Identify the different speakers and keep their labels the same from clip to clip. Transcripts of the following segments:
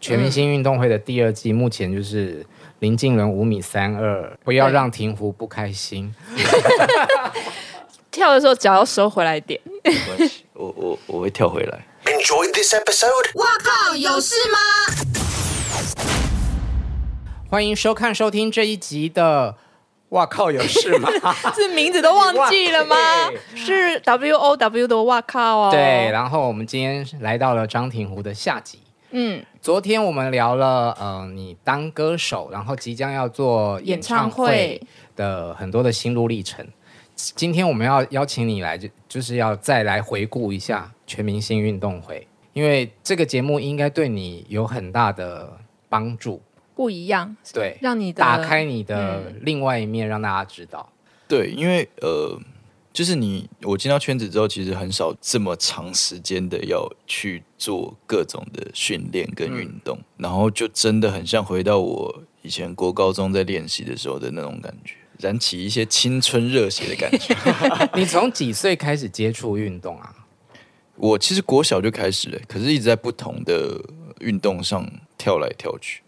Speaker 1: 全明星运动会的第二季，目前就是林敬伦五米三二，不要让停湖不开心。
Speaker 2: 跳的时候脚要收回来一点。
Speaker 3: 没关 系，我我我会跳回来。
Speaker 4: Enjoyed this episode?
Speaker 5: 哇靠，有事吗？
Speaker 1: 欢迎收看收听这一集的。哇靠！有事吗？
Speaker 2: 这名字都忘记 了吗
Speaker 1: 你忘记？
Speaker 2: 是 W O W 的哇靠哦。
Speaker 1: 对，，然后我们今天来到了张庭湖的下集。
Speaker 2: 嗯，
Speaker 1: 昨天我们聊了，呃，你当歌手，然后即将要做演唱会
Speaker 2: 演
Speaker 1: 的很多的心路历程。今天我们要邀请你来，就就是要再来回顾一下全明星运动会，因为这个节目应该对你有很大的帮助，
Speaker 2: 不一样，
Speaker 1: 对，
Speaker 2: 让你的嗯
Speaker 1: 打开你的另外一面，让大家知道。
Speaker 3: 对，因为呃，就是你我进到圈子之后，其实很少这么长时间的要去做各种的训练跟运动，然后就真的很像回到我以前国高中在练习的时候的那种感觉，燃起一些青春热血的感觉。
Speaker 1: 你从几岁开始接触运动啊？
Speaker 3: 我其实国小就开始了，可是一直在不同的运动上跳来跳去。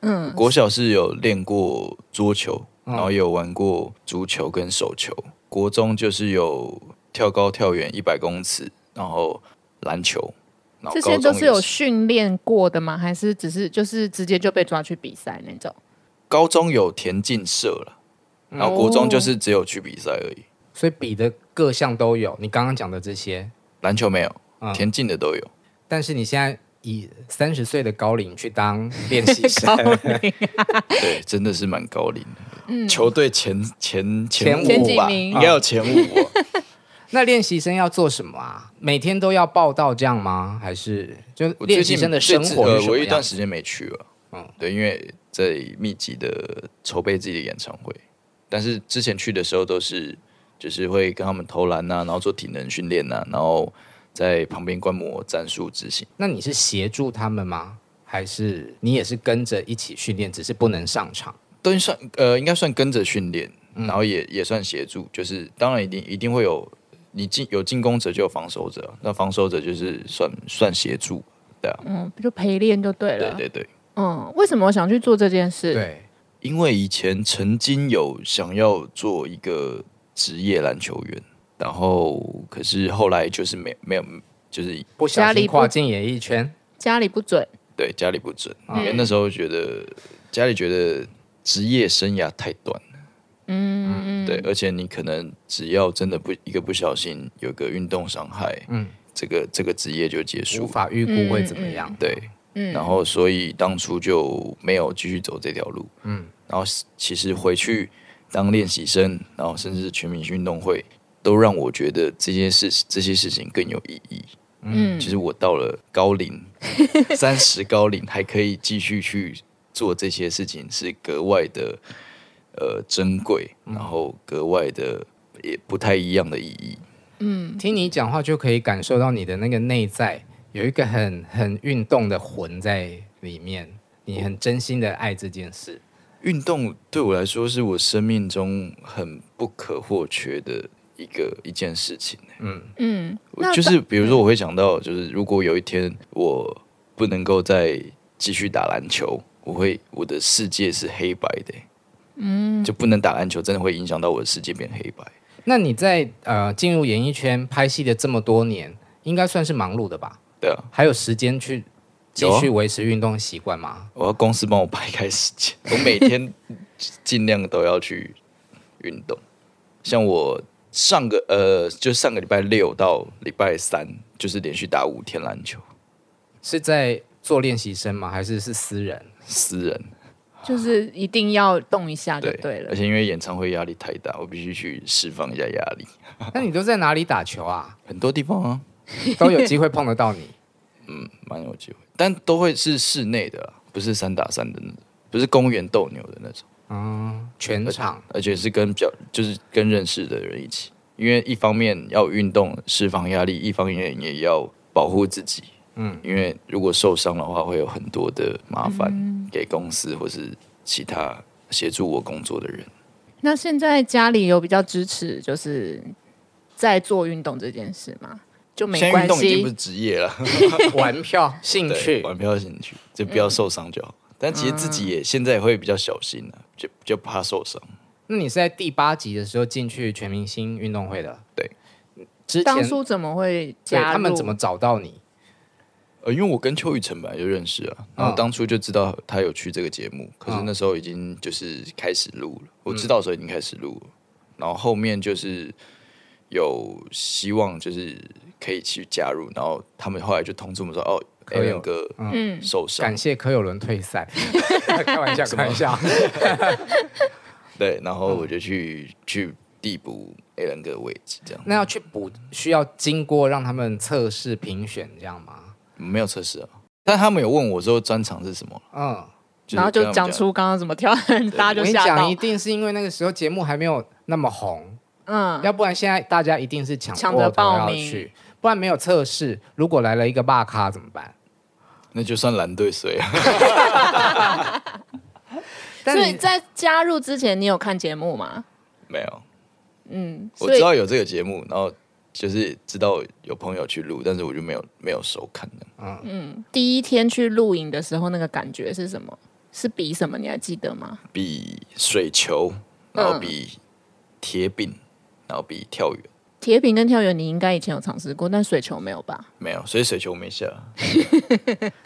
Speaker 2: 嗯，
Speaker 3: 国小是有练过桌球，然后也有玩过足球跟手球。国中就是有跳高、跳远一百公尺，然后篮球。然后
Speaker 2: 这
Speaker 3: 高
Speaker 2: 些
Speaker 3: 中
Speaker 2: 都是
Speaker 3: 也
Speaker 2: 有训练过的吗？还是只是就是直接就被抓去比赛那种？
Speaker 3: 高中有田径社了，
Speaker 2: 嗯
Speaker 3: 然后国中就是只有去比赛而已，
Speaker 1: 所以比的各项都有，你刚刚讲的这些，
Speaker 3: 篮球没有
Speaker 1: 嗯，
Speaker 3: 田径的都有。
Speaker 1: 但是你现在以三十岁的高龄去当练习生，
Speaker 3: 对，真的是蛮高龄的。球队前前
Speaker 1: 前
Speaker 2: 嗯前
Speaker 3: 五
Speaker 2: 几
Speaker 3: 吧，
Speaker 2: 名
Speaker 3: 应该有前五、啊。
Speaker 1: 那练习生要做什么啊？每天都要报道这样吗？还是就
Speaker 3: 我
Speaker 1: 练
Speaker 3: 最
Speaker 1: 习
Speaker 3: 近
Speaker 1: 生的
Speaker 3: 最
Speaker 1: 生
Speaker 3: 近
Speaker 1: 活
Speaker 3: 呃
Speaker 1: 是什
Speaker 3: 我
Speaker 1: 么
Speaker 3: 有一段
Speaker 1: 样子？
Speaker 3: 时间没去了，
Speaker 1: 嗯
Speaker 3: 嗯，对，因为在密集的筹备自己的演唱会，但是之前去的时候都是就是会跟他们投篮啊呐、然后做体能训练呐、然后在旁边观摩战术执行。
Speaker 1: 那你是协助他们吗？还是你也是跟着一起训练，只是不能上场？
Speaker 3: 都算呃，应该算跟着训练，
Speaker 1: 嗯
Speaker 3: 然后也也算协助，就是当然一定一定会有你进有进攻者就有防守者，那防守者就是算算协助，对啊，
Speaker 2: 嗯，就陪练就对
Speaker 3: 对
Speaker 1: 啊
Speaker 2: 了。
Speaker 3: 对对。
Speaker 2: 嗯，为什么我想去做这件事？，
Speaker 1: 对，
Speaker 3: 因为以前曾经有想要做一个职业篮球员，然后可是后来就是没没有，就是
Speaker 1: 不小
Speaker 2: 家里
Speaker 1: 心
Speaker 2: 不
Speaker 1: 跨进演艺圈，
Speaker 2: 家里不准。
Speaker 3: 对家里不准，
Speaker 2: 嗯
Speaker 3: 因为那时候觉得家里觉得职业生涯太短了，
Speaker 2: 嗯，
Speaker 3: 对，而且你可能只要真的不一个不小心有个运动伤害，
Speaker 1: 嗯
Speaker 3: 嗯，这个这个职业就结束
Speaker 1: 无
Speaker 3: 了，
Speaker 1: 法预估会怎么样？
Speaker 3: 嗯对，然后所以当初就没有继续走这条路，嗯，然后其实回去当练习生，然后甚至是全民运动会，都让我觉得这件事这些事情更有意义。
Speaker 2: 嗯
Speaker 3: 其实我到了高龄，三十高龄还可以继续去做这些事情，是格外的呃珍贵，然后格外的也不太一样的意义。
Speaker 1: 听你讲话就可以感受到你的那个内在有一个很很运动的魂在里面，你很真心的爱这件事。
Speaker 3: 运动对我来说是我生命中很不可或缺的一个一件事情、欸
Speaker 2: 嗯，
Speaker 3: 我
Speaker 2: 那
Speaker 3: 就是比如说，我会想到，就是如果有一天我不能够再继续打篮球，我会我的世界是黑白的、嗯，就不能打篮球，真的会影响到我的世界变黑白。
Speaker 1: 那你在呃进入演艺圈拍戏的这么多年，应该算是忙碌的吧？
Speaker 3: 对啊，
Speaker 1: 还有时间去继
Speaker 3: 有啊
Speaker 1: 续维持运动习惯吗？
Speaker 3: 我要公司帮我排开时间，我每天 尽量都要去运动。像我上个呃，就上个礼拜六到礼拜三，就是连续打五天篮球，
Speaker 1: 是在做练习生吗？还是是私 人？
Speaker 3: 私人
Speaker 2: 就是一定要动一下就对了
Speaker 3: 而。且因为演唱会压力太大，我必须去释放一下压力。
Speaker 1: 那你都在哪里打球啊？
Speaker 3: 很多地方啊，
Speaker 1: 都有机会碰得到 你。
Speaker 3: 蛮有机会，但都会是室内的啊，不是三打三的那种，不是公园斗牛的那种，
Speaker 1: 嗯，全场
Speaker 3: 而且是跟比较就是跟认识的人一起，因为一方面要运动释放压力，一方面也要保护自己。嗯，因为如果受伤的话，会有很多的麻
Speaker 2: 嗯
Speaker 3: 烦给公司或是其他协助我工作的人。
Speaker 2: 那现在家里有比较支持，就是在做运动这件事吗？就没
Speaker 3: 现在运
Speaker 2: 关
Speaker 3: 动已经不是
Speaker 2: 系。
Speaker 3: 职业了，
Speaker 1: 玩票、兴
Speaker 3: 对
Speaker 1: 趣，
Speaker 3: 玩票兴趣，嗯就不要受伤就好。但其实自己
Speaker 2: 嗯
Speaker 3: 也现在也会比较小心了、就就怕受伤。
Speaker 1: 那你是在第八集的时候进去全明星运动会的？
Speaker 3: 对，
Speaker 1: 之前
Speaker 2: 当初怎么会
Speaker 1: 对
Speaker 2: 加入？
Speaker 1: 他们怎么找到你？
Speaker 3: 呃，因为我跟邱雨辰本来就认识啊，然后
Speaker 1: 嗯
Speaker 3: 当初就知道他有去这个节目，可是那时候已经就是开始录了，
Speaker 1: 嗯
Speaker 3: 我知道的时候已经开始录了，然后后面就是有希望就是可以去加入，然后他们后来就通知我们说，哦，
Speaker 1: 可
Speaker 3: 艾
Speaker 1: 以
Speaker 3: 伦哥
Speaker 2: 嗯
Speaker 3: 受伤
Speaker 1: 感，谢柯有伦退 赛，开玩笑，开玩笑。
Speaker 3: 对，然后
Speaker 1: 嗯
Speaker 3: 我就去去递补艾伦哥的位置，这样
Speaker 1: 那要去补，需要经过让他们测试评选，这样吗？
Speaker 3: 没有测试啊，但他们有问我说专长是什么，
Speaker 1: 嗯，
Speaker 3: 是
Speaker 2: 然后
Speaker 3: 跟
Speaker 2: 就
Speaker 3: 他们
Speaker 2: 讲出刚刚怎么跳，大家
Speaker 1: 我
Speaker 2: 就
Speaker 1: 跟你
Speaker 2: 吓
Speaker 1: 讲，
Speaker 2: 到
Speaker 1: 一。定是因为那个时候节目还没有那么红，
Speaker 2: 嗯，
Speaker 1: 要不然现在大家一定是抢
Speaker 2: 抢
Speaker 1: 过
Speaker 2: 着
Speaker 1: 头要
Speaker 2: 报名
Speaker 1: 去，不然没有测试，如果来了一个大咖怎么办？
Speaker 3: 那就算蓝队谁啊，
Speaker 1: 但
Speaker 2: 所以
Speaker 1: 你
Speaker 2: 在加入之前，你有看节目吗？
Speaker 3: 没有。
Speaker 2: 嗯，
Speaker 3: 我
Speaker 2: 所
Speaker 3: 知
Speaker 2: 以
Speaker 3: 道有这个节目，然后就是知道有朋友去录，但是我就没有没有收看的。
Speaker 2: 第一天去露营的时候，那个感觉是什么？是比什么？你还记得吗？
Speaker 3: 比水球，然
Speaker 2: 嗯
Speaker 3: 后比铁饼，然后比跳远，
Speaker 2: 铁饼跟跳远，你应该以前有尝试过，但水球没有吧？
Speaker 3: 没有，所以水球我没下。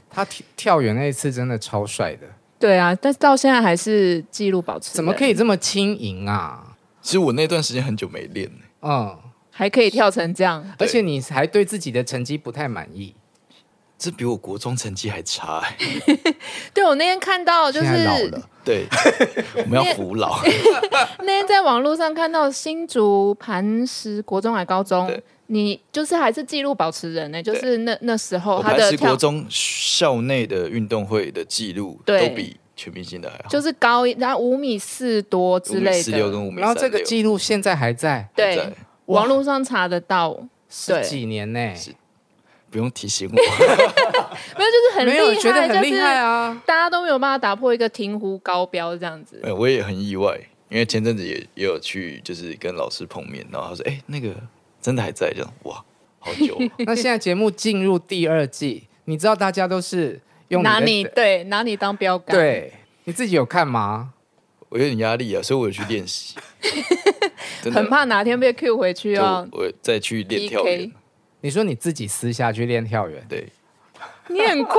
Speaker 1: 他跳跳远那一次真的超帅的，
Speaker 2: 对啊，但是到现在还是记录保持人，
Speaker 1: 怎么可以这么轻盈啊？
Speaker 3: 其实我那段时间很久没练了，
Speaker 1: 嗯，
Speaker 2: 还可以跳成这样？
Speaker 1: 而且你还对自己的成绩不太满意，
Speaker 3: 这比我国中成绩还差、欸。
Speaker 2: 对我那天看到，就
Speaker 1: 现在
Speaker 2: 是
Speaker 1: 老了，
Speaker 3: 对，我们要服老。
Speaker 2: 那天在网络上看到新竹磐石国中还高中
Speaker 3: 对，
Speaker 2: 你就是还是记录保持人呢、就是那那时候
Speaker 3: 我
Speaker 2: 哦他
Speaker 3: 还
Speaker 2: 的
Speaker 3: 是
Speaker 2: 跳
Speaker 3: 国中校内的运动会的记录
Speaker 2: 对
Speaker 3: 都比全明星的还好，
Speaker 2: 就是高一，然后五米四多
Speaker 3: 五
Speaker 2: 之
Speaker 3: 米
Speaker 2: 类
Speaker 3: 四六
Speaker 2: 的，
Speaker 3: 跟五米
Speaker 1: 然后这个
Speaker 3: 36
Speaker 1: 记录现在还在
Speaker 2: 对
Speaker 3: 在，
Speaker 2: 网络上查得到，
Speaker 1: 十
Speaker 2: 对
Speaker 1: 几年呢、
Speaker 3: 不用提醒我。
Speaker 2: 没有就是很
Speaker 1: 没有
Speaker 2: 厉
Speaker 1: 觉得
Speaker 2: 害，
Speaker 1: 很
Speaker 2: 就
Speaker 1: 厉
Speaker 2: 是
Speaker 1: 害啊？
Speaker 2: 大家都没有办法打破一个停湖高标这样子
Speaker 3: 哎、。我也很意外，因为前阵子也也有去，就是跟老师碰面，然后他说：“哎、那个真的还在。”这样哇，好久哦、
Speaker 1: 那现在节目进入第二季，你知道大家都是用
Speaker 2: 拿
Speaker 1: 你
Speaker 2: 你
Speaker 1: 的
Speaker 2: 对拿你当标杆，，
Speaker 1: 对，你自己有看吗？
Speaker 3: 我有点压力啊，所以我有去练习，真的啊
Speaker 2: 很怕哪天被 Q 回去
Speaker 3: 就
Speaker 2: 哦。
Speaker 3: 我再去练跳远
Speaker 2: PK。
Speaker 1: 你说你自己私下去练跳远，
Speaker 3: 对，
Speaker 2: 你很酷、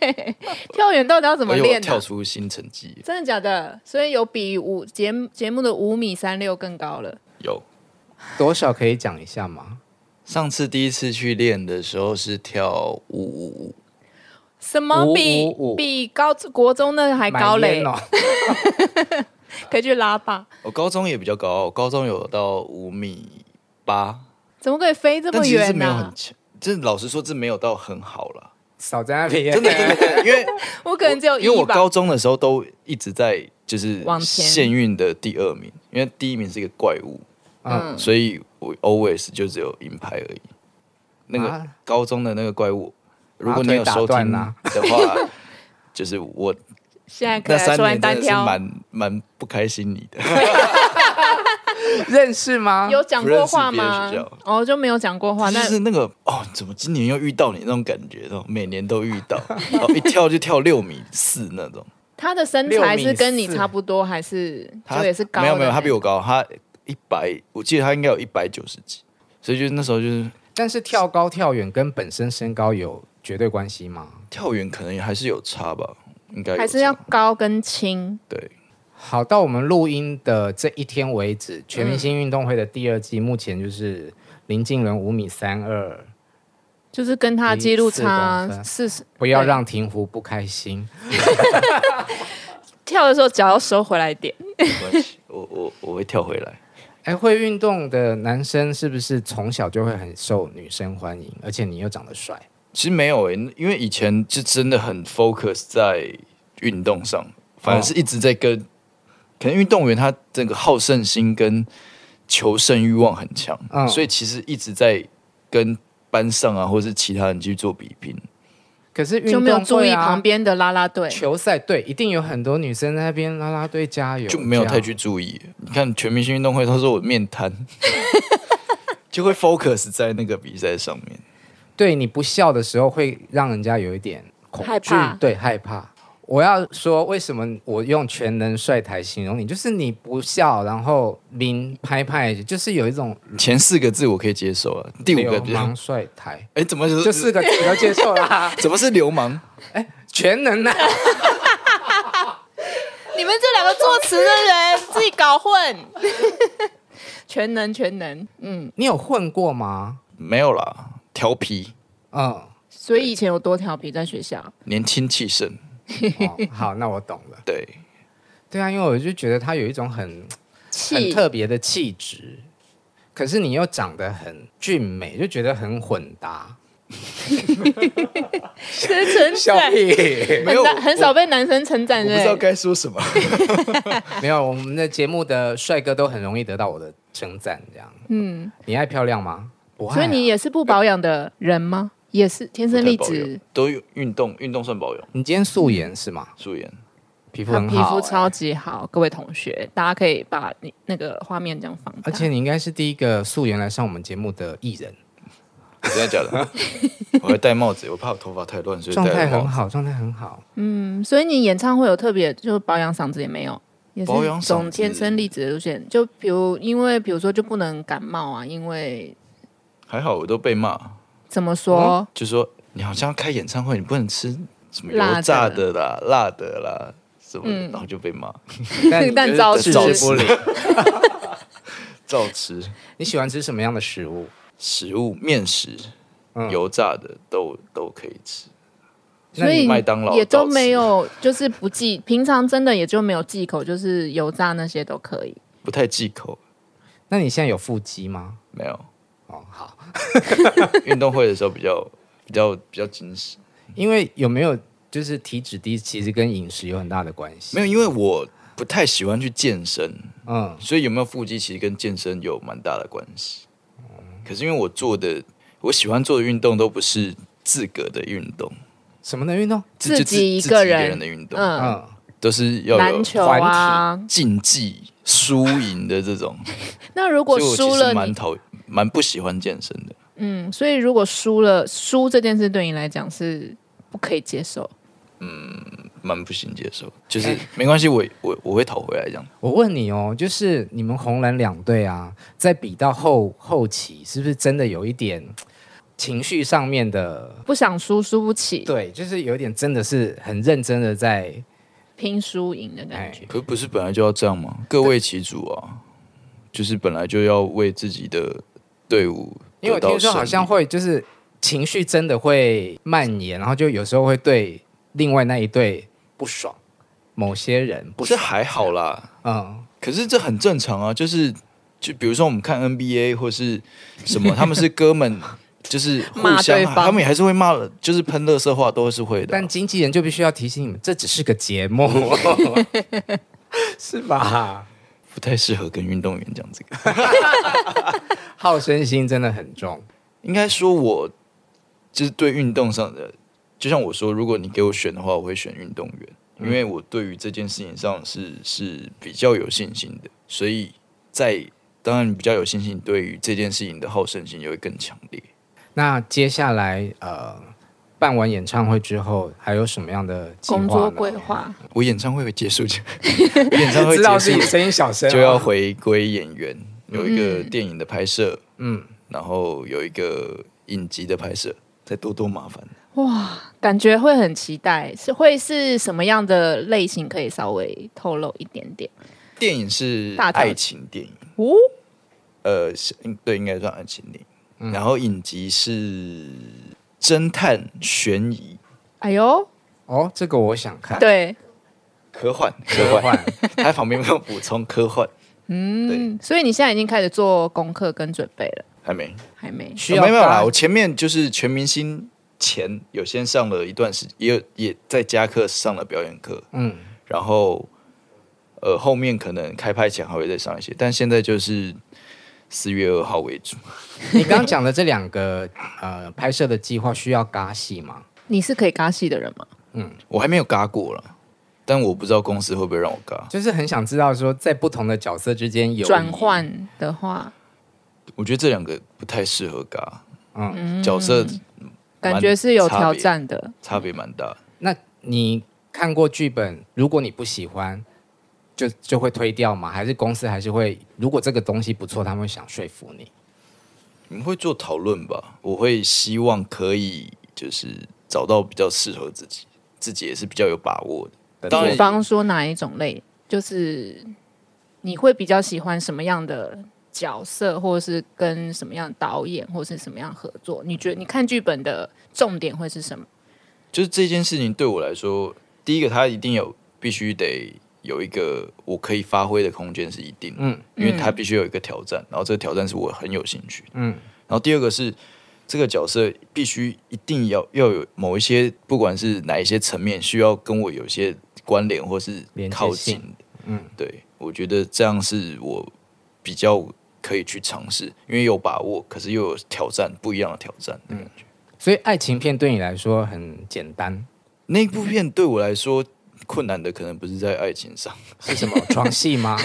Speaker 2: 跳远到底要怎么
Speaker 3: 而且我
Speaker 2: 练、
Speaker 3: 哎跳
Speaker 2: 啊？
Speaker 3: 出新成绩，
Speaker 2: 真的假的？所以有比五节节目的五米三六更高了。
Speaker 3: 有
Speaker 1: 多少可以讲一下吗？
Speaker 3: 上次第一次去练的时候是跳五五五，
Speaker 2: 什么比
Speaker 1: 五五五
Speaker 2: 比高国中那个还高
Speaker 1: 买
Speaker 2: 嘞
Speaker 1: 烟？哦，
Speaker 2: 可以去拉吧？
Speaker 3: 我高中也比较高，我高中有到五米八，
Speaker 2: 怎么可以飞这
Speaker 3: 但
Speaker 2: 么
Speaker 3: 其实是
Speaker 2: 远啊
Speaker 3: 没
Speaker 2: 呢、
Speaker 3: 有很强，这老实说，这没有到很好 了，
Speaker 1: 少在那边，
Speaker 3: 真的真的真的，因为。
Speaker 2: 我可能只有
Speaker 3: 因为
Speaker 2: 一
Speaker 3: 我
Speaker 2: 吧。
Speaker 3: 高中的时候都一直在就是
Speaker 2: 往前
Speaker 3: 县运的第二名，因为第一名是一个怪物，
Speaker 1: 嗯
Speaker 3: 所以我 always 就只有银牌而已。那个
Speaker 1: 啊
Speaker 3: 高中的那个怪物，如果
Speaker 1: 把
Speaker 3: 你
Speaker 1: 腿
Speaker 3: 有收
Speaker 1: 打
Speaker 3: 听
Speaker 1: 断
Speaker 3: 的
Speaker 1: 啊
Speaker 3: 话，就是我
Speaker 2: 现在 可
Speaker 3: 那
Speaker 2: 以来
Speaker 3: 三
Speaker 2: 出来
Speaker 3: 年
Speaker 2: 单
Speaker 3: 真的是
Speaker 2: 挑，
Speaker 3: 蛮蛮不开心你的，
Speaker 1: 认识吗？
Speaker 2: 有讲过话
Speaker 3: 不认识
Speaker 2: 吗
Speaker 3: 别的学校？
Speaker 2: 哦，就没有讲过话。
Speaker 3: 就
Speaker 2: 那
Speaker 3: 是那个哦，怎么今年又遇到你那种感觉，那种每年都遇到， 然后一跳就跳六米四那种。
Speaker 2: 他的身材是跟你差不多，还是就也是高的？
Speaker 3: 没有没有，他比我高，他一百，我记得他应该有一百九十几，所以就是那时候就是
Speaker 1: 但是跳高跳远跟本身身高有绝对关系吗？
Speaker 3: 跳远可能还是有差吧，应该有
Speaker 2: 还是要
Speaker 3: 差
Speaker 2: 高跟轻。
Speaker 3: 对，
Speaker 1: 好，到我们录音的这一天为止，全明星运动会的第二季目前就是林敬伦五米三二，
Speaker 2: 就是跟他的记录
Speaker 1: 一四公
Speaker 2: 差
Speaker 1: 分
Speaker 2: 四十，
Speaker 1: 不要
Speaker 2: 对
Speaker 1: 让停湖不开心。
Speaker 2: 跳的时候脚要收回来一点。
Speaker 3: 没关系，我我我会跳回来。
Speaker 1: 哎，会运动的男生是不是从小就会很受女生欢迎？而且你又长得帅，
Speaker 3: 其实没有诶、因为以前就真的很 focus 在运动上，反而是一直在跟，
Speaker 2: 哦
Speaker 3: 可能运动员他这个好胜心跟求胜欲望很强，
Speaker 1: 嗯
Speaker 3: 所以其实一直在跟班上啊或是其他人去做比拼，
Speaker 1: 可是运动、
Speaker 2: 就
Speaker 1: 会
Speaker 2: 没有注意
Speaker 1: 啊
Speaker 2: 旁边的啦啦队。
Speaker 1: 球赛，对，一定有很多女生在那边啦啦队加油，
Speaker 3: 就没有
Speaker 1: 这样
Speaker 3: 太去注意。你看全明星运动会，他说我面瘫，就会 focus 在那个比赛上面。
Speaker 1: 对你不笑的时候，会让人家有一点恐
Speaker 2: 害
Speaker 1: 惧
Speaker 2: 怕，
Speaker 1: 对，害怕。我要说，为什么我用全能帅台形容你？就是你不笑，然后零拍拍，就是有一种
Speaker 3: 前四个字我可以接受啊，第五个
Speaker 1: 嗯流
Speaker 3: 字，
Speaker 1: 氓帅台，
Speaker 3: 哎，怎么就
Speaker 1: 就四 个你都接受啦，
Speaker 3: 怎么是流氓？
Speaker 1: 全能啊！
Speaker 2: 你们这两个作词的人自己搞混， 全能全能，嗯，
Speaker 1: 你有混过吗？
Speaker 3: 没有啦，调皮，
Speaker 1: 嗯，
Speaker 2: 所以以前有多调皮在学校，
Speaker 3: 年轻气盛，
Speaker 1: 哦好，那我懂了。
Speaker 3: 对，
Speaker 1: 对啊，因为我就觉得他有一种很很
Speaker 2: 气
Speaker 1: 特别的气质，可是你又长得很俊美，就觉得很混搭。
Speaker 2: 真称
Speaker 1: 笑
Speaker 2: 赞，
Speaker 1: 屁！
Speaker 3: 没
Speaker 2: 很
Speaker 3: 有
Speaker 2: 大很少被男生称
Speaker 3: 我
Speaker 2: 赞，
Speaker 3: 不
Speaker 2: 对
Speaker 3: 知道
Speaker 2: 不对？
Speaker 3: 该说什么。
Speaker 1: 没有，我们的节目的帅哥都很容易得到我的称赞，这样。
Speaker 2: 嗯，
Speaker 1: 你爱漂亮吗？不爱啊、
Speaker 2: 所以你也是不保养的人吗？也是天生丽质，
Speaker 3: 都有运动，运动算保养，
Speaker 1: 你今天素颜是吗？
Speaker 3: 素颜。
Speaker 1: 皮肤
Speaker 2: 他
Speaker 1: 很
Speaker 2: 啊皮
Speaker 1: 好、
Speaker 2: 肤
Speaker 1: 欸
Speaker 2: 超级好，各位同学，大家可以把你那个画面这样放大，
Speaker 1: 而且你应该是第一个素颜来上我们节目的艺人，
Speaker 3: 真的假 的？我会戴帽子，我怕我头发太乱，所以
Speaker 1: 状态
Speaker 3: 戴了
Speaker 1: 很
Speaker 3: 帽子。
Speaker 1: 好，状态很好。
Speaker 2: 嗯，所以你演唱会有特别，就是保养嗓子也没有，也是
Speaker 3: 保养嗓子
Speaker 2: 从天生丽质的路线。就比如，因为比如说就不能感冒啊，因为
Speaker 3: 还好我都被骂，
Speaker 2: 怎么说、
Speaker 3: 就说你好像开演唱会，你不能吃什么
Speaker 2: 辣
Speaker 3: 油
Speaker 2: 的
Speaker 3: 炸的啦、辣的啦什么的，
Speaker 2: 嗯
Speaker 3: 然后就被骂，
Speaker 1: 但
Speaker 2: 但糟
Speaker 3: 就是
Speaker 2: 吃，
Speaker 3: 照
Speaker 1: 不
Speaker 3: 吃
Speaker 1: 理。
Speaker 3: 照吃。
Speaker 1: 你喜欢吃什么样的食物？
Speaker 3: 食物面食、
Speaker 1: 嗯
Speaker 3: 油炸的都都可以吃，
Speaker 1: 那
Speaker 2: 所
Speaker 1: 你
Speaker 2: 以
Speaker 3: 麦当劳
Speaker 2: 也都
Speaker 3: 照吃
Speaker 2: 没有，就是不忌，平常真的也就没有忌口，就是油炸那些都可以。
Speaker 3: 不太忌口。
Speaker 1: 那你现在有腹肌吗？
Speaker 3: 没有
Speaker 1: 哦，好，
Speaker 3: 运动会的时候比较比较比较精实，
Speaker 1: 因为有没有就是体脂低，其实跟饮食有很大的关系。
Speaker 3: 没有，因为我不太喜欢去健身，
Speaker 1: 嗯，
Speaker 3: 所以有没有腹肌其实跟健身有蛮大的关系。可是因为我做的我喜欢做的运动都不是自个的运动，
Speaker 1: 什么的运动？
Speaker 3: 自就
Speaker 2: 自己一
Speaker 3: 自
Speaker 2: 个
Speaker 3: 己一个
Speaker 2: 人
Speaker 3: 人的运动，
Speaker 2: 嗯，
Speaker 1: 嗯，
Speaker 3: 都是要有
Speaker 2: 篮球啊。
Speaker 3: 竞技输赢的 这种。
Speaker 2: 那如
Speaker 3: 所
Speaker 2: 果
Speaker 3: 以
Speaker 2: 输
Speaker 3: 我其实
Speaker 2: 了你
Speaker 3: 蛮，讨蛮不喜欢健身的。
Speaker 2: 嗯，所以如果输了，输这件事对你来讲是不可以接受。
Speaker 3: 蛮不行接受，就是
Speaker 2: 哎
Speaker 3: 没关系，我我我会讨回来这样。
Speaker 1: 我问你哦，就是你们红蓝两队啊，在比到后后期，是不是真的有一点情绪上面的？
Speaker 2: 不想输，输不起，
Speaker 1: 对，就是有一点真的是很认真的在
Speaker 2: 拼输赢的感
Speaker 1: 哎
Speaker 2: 觉。，
Speaker 3: 可不是本来就要这样吗？各为其主啊，就是本来就要为自己的队伍
Speaker 1: 因为我
Speaker 3: 得到
Speaker 1: 听说好像
Speaker 3: 胜利
Speaker 1: 会就是情绪真的会蔓延，然后就有时候会对另外那一队不爽，某些人不
Speaker 3: 不是
Speaker 1: 爽，
Speaker 3: 还好啦，
Speaker 1: 嗯，
Speaker 3: 可是这很正常啊，就是就比如说我们看 NBA 或是什么，他们是哥 们。就是互
Speaker 2: 骂
Speaker 3: 相
Speaker 2: 对
Speaker 3: 啊，
Speaker 2: 方
Speaker 3: 他们也还是会骂了，就是喷乐色话都是会的啊、
Speaker 1: 但经纪人就必须要提醒你们，这只是个节目，是吧？
Speaker 3: 不太适合跟运动员讲这个。
Speaker 1: 好胜心真的很重，
Speaker 3: 应该说我就是对运动上的，就像我说，如果你给我选的话，我会选运动员，因为我对于这件事情上是是比较有信心的，所以在当然你比较有信心，对于这件事情的好胜心也会更强烈。
Speaker 1: 那接下来呃，办完演唱会之后还有什么样的计划哎呢
Speaker 2: 工作规？划，
Speaker 3: 我演唱会结束前， 我演唱会
Speaker 1: 知道
Speaker 3: 结
Speaker 1: 自己
Speaker 3: 束
Speaker 1: 声音小声哦
Speaker 3: 就要回归演员，有一个电影的拍摄，
Speaker 1: 嗯，
Speaker 3: 然后有一个影集的拍摄，再多多麻烦。
Speaker 2: 感觉会很期待，是会是什么样的类型？可以稍微透露一点点
Speaker 3: 电影是
Speaker 2: 大挑
Speaker 3: 爱情电影。
Speaker 2: 哦。
Speaker 3: 呃，是应对，应该算爱情电影。然后影集是侦探悬疑
Speaker 2: 哎呦，
Speaker 1: 哦，这个我想看，
Speaker 2: 对，
Speaker 3: 科幻，
Speaker 1: 科
Speaker 3: 科幻。
Speaker 1: 幻，
Speaker 3: 他旁边没有补充科幻，
Speaker 2: 嗯，所以你现在已经开始做功课跟准备了，
Speaker 3: 还没，
Speaker 2: 还没？
Speaker 1: 需要
Speaker 3: 啊没有
Speaker 1: 大
Speaker 3: 啦。
Speaker 1: 家
Speaker 3: 我前面就是全明星前有先上了一段时，也有也在加课上了表演课，
Speaker 1: 嗯，
Speaker 3: 然后呃后面可能开拍前还会再上一些，但现在就是四月二号为主。
Speaker 1: 你刚讲的这两个呃拍摄的计划需要尬戏吗？
Speaker 2: 你是可以尬戏的人吗？
Speaker 3: 我还没有嘎过了，但我不知道公司会不会让我嘎。
Speaker 1: 就是很想知道说，在不同的角色之间有
Speaker 2: 转，换的话，
Speaker 3: 我觉得这两个不太适合嘎，
Speaker 1: 嗯，
Speaker 3: 角色
Speaker 2: 感觉是有
Speaker 3: 蛮
Speaker 2: 挑，战的。
Speaker 3: 差别差别蛮大。
Speaker 1: 那你看过剧本，如果你不喜欢，就就会推掉吗？还是公司还是会，如果这个东西不错，他们会想说服你？
Speaker 3: 你们会做讨论吧？我会希望可以就是找到比较适合自己，自己也是比较有把握的。当
Speaker 2: 比
Speaker 3: 然
Speaker 2: 方说哪一种类，就是你会比较喜欢什么样的角色，或是跟什么样的导演，或是什么样合作？你觉得你看剧本的重点会是什么？
Speaker 3: 就是这件事情对我来说，第一个它一定有必须得有一个我可以发挥的空间是一定的，
Speaker 1: 嗯
Speaker 3: 因为它必须有一个挑战，然后这个挑战是我很有兴趣的，
Speaker 1: 嗯
Speaker 3: 然后第二个是这个角色必须一定要要有某一些，不管是哪一些层面需要跟我有一些关联或是
Speaker 1: 连接性
Speaker 3: 靠近的，
Speaker 1: 嗯，
Speaker 3: 对我觉得这样是我比较可以去尝试，因为有把握，可是又有挑战，不一样的挑战的感觉。
Speaker 1: 所以爱情片对你来说很简单，
Speaker 3: 那部片对我来说困难的可能不是在爱情上，
Speaker 1: 是什么床戏吗？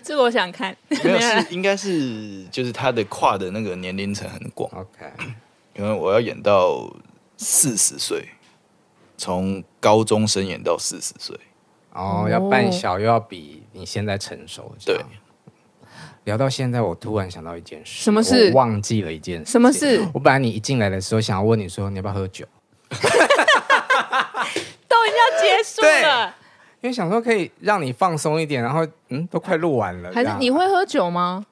Speaker 2: 这个我想看。
Speaker 3: 没有是应该是就是他的跨的那个年龄层很广，
Speaker 1: OK，
Speaker 3: 可能我要演到四十岁，从高中生演到四十岁，
Speaker 1: 哦，
Speaker 2: 哦
Speaker 1: 要扮小又要比你现在成熟，这
Speaker 3: 对
Speaker 1: 样。聊到现在，我突然想到一件事，
Speaker 2: 什么事
Speaker 1: 我忘记了一件事。
Speaker 2: 什么事？
Speaker 1: 我本来你一进来的时候，想要问你说你要不要喝酒，
Speaker 2: 都已经要结束了，
Speaker 1: 因为想说可以让你放松一点，然后嗯，都快录完了，
Speaker 2: 还
Speaker 1: 这
Speaker 2: 是
Speaker 1: 样
Speaker 2: 你会喝酒吗？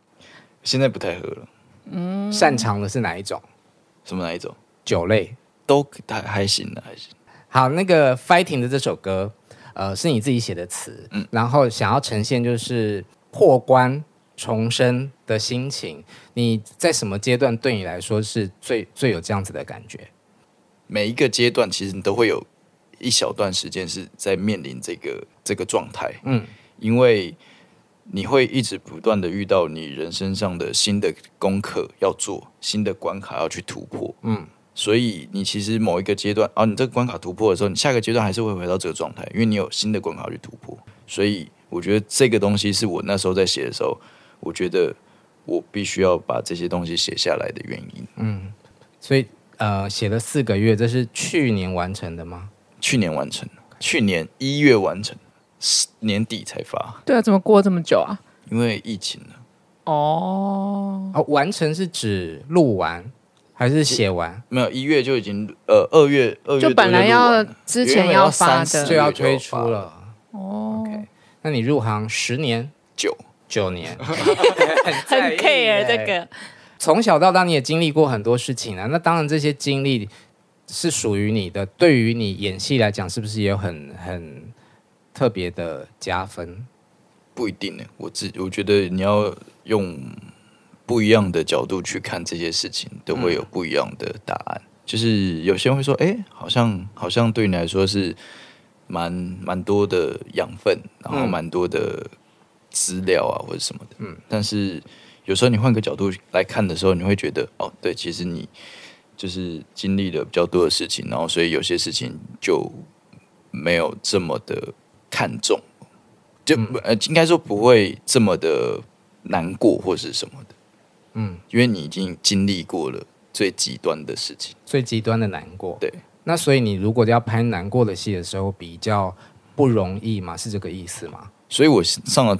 Speaker 3: 现在不太喝了，
Speaker 1: 擅长的是哪一种
Speaker 3: 什么哪一种
Speaker 1: 酒类？
Speaker 3: 都还还行啊的，还行。
Speaker 1: 好，那个《Fighting》的这首歌，呃，是你自己写的词，然后想要呈现就是破关重生的心情。你在什么阶段对你来说是最最有这样子的感觉？
Speaker 3: 每一个阶段其实你都会有一小段时间是在面临这个这个状态，
Speaker 1: 嗯，
Speaker 3: 因为你会一直不断的遇到你人生上的新的功课要做，新的关卡要去突破，
Speaker 1: 嗯，
Speaker 3: 所以你其实某一个阶段啊，你这个关卡突破的时候，你下个阶段还是会回到这个状态，因为你有新的关卡要去突破，所以我觉得这个东西是我那时候在写的时候，我觉得我必须要把这些东西写下来的原因。
Speaker 1: 所以呃，写了四个月，这是去年完成的吗？
Speaker 3: 去年完成，去年一月完成，十年底才发，
Speaker 2: 对啊，怎么过这么久啊？
Speaker 3: 因为疫情了。
Speaker 2: 哦，
Speaker 1: 哦，完成是指录完还是写完？
Speaker 3: 没有一月就已经呃二月二月
Speaker 2: 就本来要
Speaker 3: 多就录完了
Speaker 2: 之前要发
Speaker 3: 原本要三
Speaker 2: 的
Speaker 3: 十
Speaker 1: 就要推出
Speaker 3: 就要
Speaker 1: 了。
Speaker 2: 哦
Speaker 1: OK，那你入行十年
Speaker 3: 九
Speaker 1: 九 年，
Speaker 2: 很
Speaker 1: 在意
Speaker 2: care
Speaker 1: 耶
Speaker 2: 这个，
Speaker 1: 从小到大你也经历过很多事情啊，那当然这些经历是属于你的，对于你演戏来讲，是不是也有很很特别的加分？
Speaker 3: 不一定呢。欸我自我觉得你要用不一样的角度去看这些事情，都会有不一样的答案。就是有些人会说，哎、好像好像对你来说是蛮蛮多的养分，然后
Speaker 1: 嗯
Speaker 3: 蛮多的资料啊或者什么的。嗯，但是有时候你换个角度来看的时候，你会觉得，哦，对，其实你就是经历了比较多的事情，然后所以有些事情就没有这么的看重，就、
Speaker 1: 嗯
Speaker 3: 呃应该说不会这么的难过或是什么的。
Speaker 1: 嗯，
Speaker 3: 因为你已经经历过了最极端的事情。
Speaker 1: 最极端的难过。
Speaker 3: 对，
Speaker 1: 那所以你如果要拍难过的戏的时候，比较不容易嘛，是这个意思吗？
Speaker 3: 所以我上了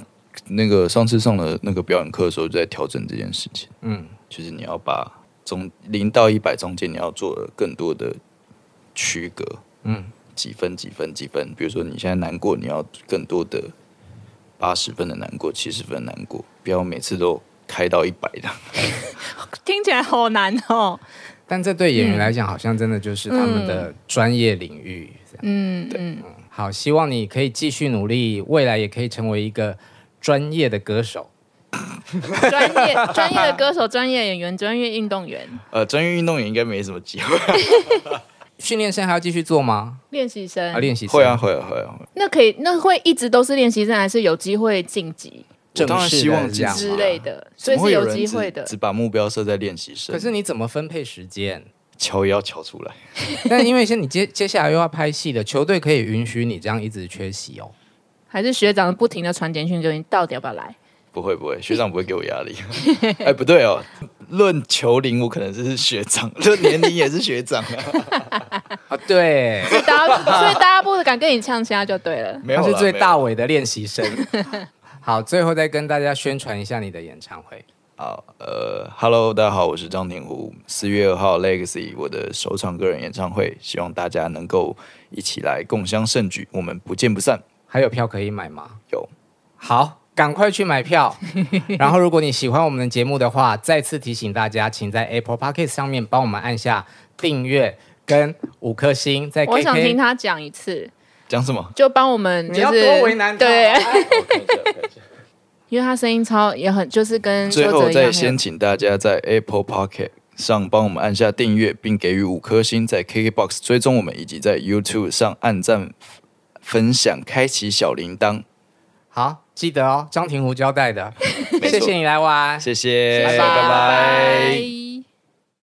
Speaker 3: 那个上次上了那个表演课的时候，就在调整这件事情，
Speaker 1: 嗯，
Speaker 3: 就是你要把中零到一百中间你要做的更多的区隔，
Speaker 1: 嗯，
Speaker 3: 几分几分几分，比如说你现在难过，你要更多的八十分的难过，七十分的难过，不要每次都开到一百的。
Speaker 2: 听起来好难哦。
Speaker 1: 但这对演员来讲，好像真的就是他们的专业领域。这样
Speaker 2: 嗯嗯，
Speaker 1: 好，希望你可以继续努力，未来也可以成为一个专业的歌手。
Speaker 2: 专业专业的歌手、专业演员、专业运动员，
Speaker 3: 呃，专业运动员应该没什么机会。
Speaker 1: 训练生还要继续做吗？
Speaker 2: 练习 生
Speaker 1: 啊，。练习生
Speaker 3: 会啊，会啊，会啊，会啊
Speaker 2: 那可以，那会一直都是练习生，还是有机会晋级
Speaker 3: 我当
Speaker 1: 正
Speaker 3: 然
Speaker 1: 式的
Speaker 3: 希望
Speaker 1: 这样
Speaker 3: 嘛
Speaker 2: 之类的？所
Speaker 3: 啊怎
Speaker 2: 以
Speaker 3: 么
Speaker 2: 是
Speaker 3: 会有
Speaker 2: 有
Speaker 3: 人
Speaker 2: 机
Speaker 3: 只
Speaker 2: 会的
Speaker 3: 只。把目标设在练习生，
Speaker 1: 可是你怎么分配时间？
Speaker 3: 敲也要敲出来。
Speaker 1: 但因为现在你接接下来又要拍戏了，球队可以允许你这样一直缺席哦。
Speaker 2: 还是学长不停的传简讯给你，到底要不要来？
Speaker 3: 不会不会，学长不会给我压力。 哎，不对哦，论球龄我可能是学长， 论年龄也是学长 啊。
Speaker 1: 啊，对，
Speaker 2: 大家所以大家不敢跟你呛虾就对了。
Speaker 3: 没有
Speaker 1: 他
Speaker 3: 啦
Speaker 1: 是最
Speaker 3: 没有
Speaker 1: 大尾的练习生。 好，最后再跟大家宣传一下你的演唱会。
Speaker 3: 好，呃，Hello，大家好，我是张庭湖。四月二号，Legacy 我的首场个人演唱会，希望大家能够一起来共襄盛举，我们不见不散。
Speaker 1: 还有票可以买吗？
Speaker 3: 有，
Speaker 1: 好，赶快去买 票。然后，如果你喜欢我们的节目的话，再次提醒大家，请在 Apple Podcast 上面帮我们按下订阅跟五颗星。
Speaker 3: 哎
Speaker 1: 在 KK，
Speaker 2: 我想听他讲一次，
Speaker 3: 讲什么？
Speaker 2: 就帮我们
Speaker 1: 你
Speaker 2: 就
Speaker 1: 要
Speaker 2: 是
Speaker 1: 多为难他。 哦
Speaker 2: 对，
Speaker 3: 我看一下我看一下
Speaker 2: 因为他声音超也很就是跟
Speaker 3: 最
Speaker 2: 邱
Speaker 3: 后
Speaker 2: 泽一样
Speaker 3: 再先请大家在 Apple Pocket 上帮我们按下订阅，并给予五颗星，在 KKBox 追踪我们，以及在 YouTube 上按赞、分享、开启小铃铛。
Speaker 1: 好，记得哦，张庭湖交代的。
Speaker 3: 没错
Speaker 1: 谢谢你来玩，
Speaker 3: 谢谢，
Speaker 1: 谢谢
Speaker 2: 拜
Speaker 3: 拜拜。
Speaker 2: 拜。